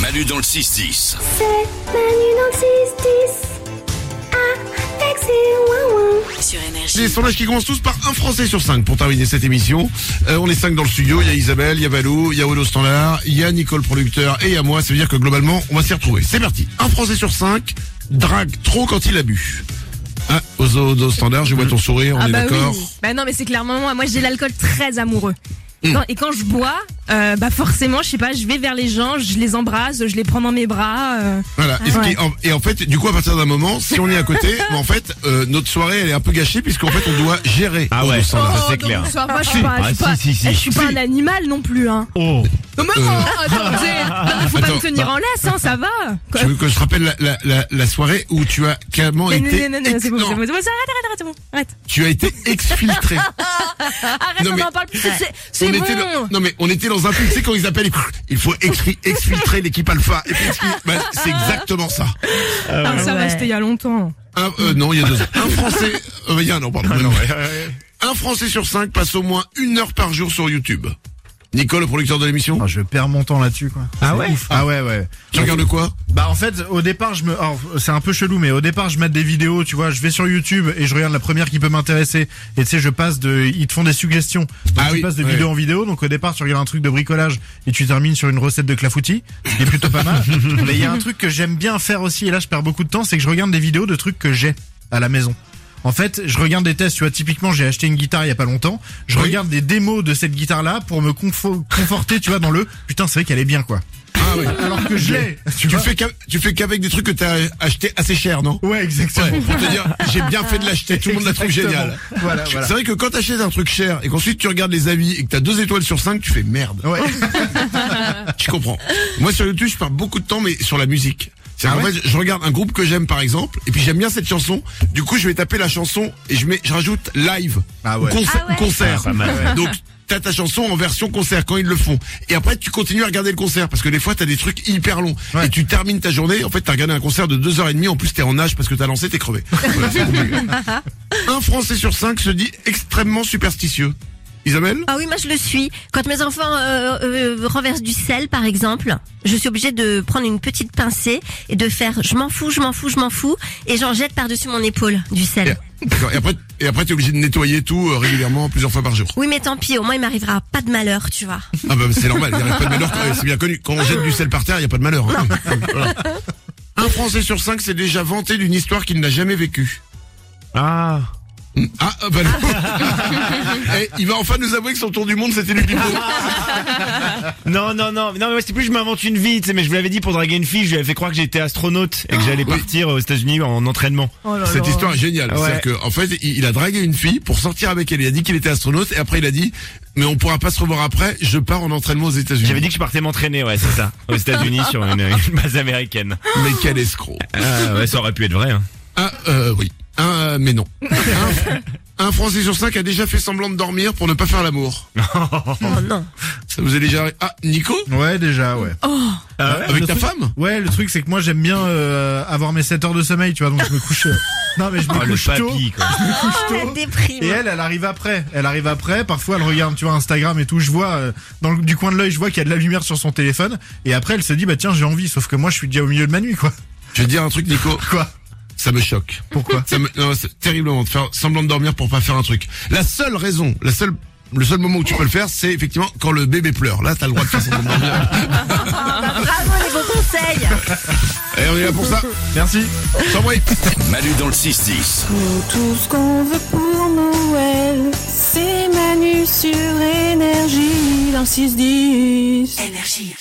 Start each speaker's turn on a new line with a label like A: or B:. A: Manu dans le 6-10.
B: C'est Manu dans le 6-10 avec ses ouin-ouin.
C: sur Énergie.
D: C'est les sondages qui commencent tous par un Français sur cinq pour terminer cette émission. Euh, on est cinq dans le studio. Il y a Isabelle, il y a Valou, il y a Odo Standard, il y a Nicole Producteur et il y a moi. Ça veut dire que globalement, on va s'y retrouver. C'est parti. Un Français sur cinq drague trop quand il a bu. Ah, Odo Odo Standard, je vois ton sourire, on
E: Ah
D: est
E: bah
D: d'accord.
E: oui. Bah non, mais c'est clairement moi. Moi, j'ai l'alcool très amoureux.
D: Mm.
E: Quand- et quand je bois, euh, bah forcément, je sais pas, je vais vers les gens, je les embrasse, je les prends dans mes bras. euh.
D: Voilà. Et, ce
E: Ouais.
D: qui- en, et en fait, du coup, à partir d'un moment, si on est à côté, mais en fait, euh, notre soirée, elle est un peu gâchée puisqu'en fait, on doit gérer.
F: Ah
D: Odo
F: ouais,
D: Standard.
F: ça c'est
E: donc,
F: clair.
E: soir, moi, je suis pas, je
F: Ah,
E: suis pas-
F: si, si, si.
E: eh, je suis pas
D: Si. Euh.
E: un animal non plus. Hein.
F: Oh.
E: Non, mais non, attendez, non, faut pas
D: Attends,
E: me tenir
D: bah-
E: en laisse, hein, ça va. Quoi.
D: Tu veux que je te rappelle la, la, la, la soirée où tu as carrément
E: Mais
D: été.
E: non, non, non, non, c'est bon,
D: ex-
E: c'est
D: non,
E: bon, c'est bon, arrête, arrête, arrête, c'est bon, arrête.
D: tu as été exfiltré.
E: Arrête,
D: Non, mais-
E: on en parle plus, c'est- c'est-
D: on
E: c'est bon.
D: était dans- non mais on était dans un truc, tu sais quand ils appellent, ils- il faut excri- exfiltrer l'équipe alpha. Et puis, excuse- bah, c'est exactement ça.
E: Ah, ça va,
G: Ouais.
E: c'était il y a longtemps.
D: Un, euh, non, il y a deux ans. Un Français, euh, il y a un an, pardon. Un Français sur cinq passe au moins une heure par jour sur YouTube. Nicole, le producteur de l'émission,
H: Ah, je perds mon temps là-dessus quoi.
F: Ah
H: C'est
F: ouais
H: ouf. Ah ouais ouais.
D: tu regardes quoi
H: Bah en fait au départ je me alors, c'est un peu chelou mais au départ je mets des vidéos, tu vois, je vais sur YouTube et je regarde la première qui peut m'intéresser et tu sais je passe de ils te font des suggestions. Donc
D: Ah
H: tu
D: oui,
H: passes de
D: ouais.
H: vidéo en vidéo donc au départ tu regardes un truc de bricolage et tu termines sur une recette de clafoutis, ce qui est plutôt pas mal. mais il y a un truc que j'aime bien faire aussi et là je perds beaucoup de temps, c'est que je regarde des vidéos de trucs que j'ai à la maison. En fait, je regarde des tests. Tu vois, typiquement, j'ai acheté une guitare il y a pas longtemps. Je
D: Oui.
H: regarde des démos de cette guitare-là pour me confo- conforter, tu vois, dans le putain, c'est vrai qu'elle est bien, quoi.
D: Ah oui.
H: Alors que je l'ai.
D: Tu,
H: vois
D: fais qu'a- tu fais qu'avec des trucs que t'as acheté assez cher, non
H: Ouais, exactement.
D: Pour te dire, j'ai bien fait de l'acheter, tout le monde la trouve
H: Exactement.
D: géniale.
H: Voilà, voilà.
D: C'est vrai que quand t'achètes un truc cher et qu'ensuite tu regardes les avis et que t'as deux étoiles sur cinq, tu fais merde.
H: Ouais.
D: Je comprends. Moi sur YouTube, je perds beaucoup de temps, mais sur la musique. C'est en
H: Ah ouais
D: fait, je regarde un groupe que j'aime par exemple, et puis j'aime bien cette chanson. Du coup, je vais taper la chanson et je mets, je rajoute live
H: Ah ouais.
D: ou concer-
G: Ah ouais.
D: concert.
F: Ah, pas mal,
D: Donc t'as ta chanson en version concert quand ils le font. Et après, tu continues à regarder le concert parce que des fois t'as des trucs hyper longs
H: Ouais.
D: et tu termines ta journée. En fait, t'as regardé un concert de deux heures et demie. En plus, t'es en nage parce que t'as lancé, t'es crevé. Voilà, c'est compliqué. un Français sur cinq se dit extrêmement superstitieux. Isabelle,
G: Ah oui, moi je le suis. Quand mes enfants euh, euh, renversent du sel, par exemple, je suis obligée de prendre une petite pincée et de faire je m'en fous, je m'en fous, je m'en fous, et j'en jette par-dessus mon épaule du sel.
D: D'accord. Et après, et après, t'es obligé de nettoyer tout euh, régulièrement, plusieurs fois par jour.
G: Oui, mais tant pis, au moins il m'arrivera pas de malheur, tu vois.
D: Ah bah c'est normal, il n'y a pas de malheur, quand- c'est bien connu. Quand on jette du sel par terre, il n'y a pas de malheur. hein. Voilà. Un Français sur cinq s'est déjà vanté d'une histoire qu'il n'a jamais vécue.
F: Ah.
D: Ah, euh, bah non. Eh, il va enfin nous avouer que son tour du monde, c'était du pipeau.
F: Non, non, non, non, mais moi, c'est plus je m'invente une vie, tu sais, mais je vous l'avais dit pour draguer une fille, je lui avais fait croire que j'étais astronaute et que j'allais
D: Oui.
F: partir aux États-Unis en entraînement.
D: Cette histoire est géniale.
F: Ah, Ouais.
D: C'est-à-dire que, en fait, il, il a dragué une fille pour sortir avec elle. Il a dit qu'il était astronaute et après il a dit, mais on pourra pas se revoir après, je pars en entraînement aux États-Unis.
F: J'avais dit que je partais m'entraîner, ouais, c'est ça, aux États-Unis sur une, une base américaine.
D: Mais quel escroc.
F: Ah, ouais, ça aurait pu être vrai. Hein.
D: Ah, euh, oui. Un, euh, mais non. Un, un Français sur cinq a déjà fait semblant de dormir pour ne pas faire l'amour.
G: Oh non.
D: Ça vous est déjà arrivé Ah, Nico
H: Ouais, déjà, ouais.
F: Ah ouais
D: Avec
H: le
D: ta
H: truc-
D: femme
H: Ouais, le truc, c'est que moi, j'aime bien euh, avoir mes 7 heures de sommeil, tu vois, donc je me couche. euh, Non, mais je me
F: Oh, le
H: couche tôt.
F: papy, quoi.
H: Je me couche
G: Oh, la
H: tôt.
G: déprime.
H: Et elle, elle arrive après. Elle arrive après. Parfois, elle regarde, tu vois, Instagram et tout. Je vois, euh, dans le, du coin de l'œil, je vois qu'il y a de la lumière sur son téléphone. Et après, elle se dit, bah tiens, j'ai envie. Sauf que moi, je suis déjà au milieu de ma nuit, quoi.
D: Je vais te dire un truc, Nico.
H: Quoi
D: Ça me choque.
H: Pourquoi
D: Ça me, non, c'est terriblement de faire semblant de dormir pour pas faire un truc. La seule raison, la seule, le seul moment où tu peux le faire, c'est effectivement quand le bébé pleure. Là, t'as le droit de faire semblant de dormir.
G: Ah, Bravo les bons conseils.
D: Et on est là pour ça.
H: Merci.
D: Sans bruit.
A: Manu dans le 6-10.
B: Nous, tout ce qu'on veut pour Noël, c'est Manu sur énergie dans le 6-10.
C: Énergie.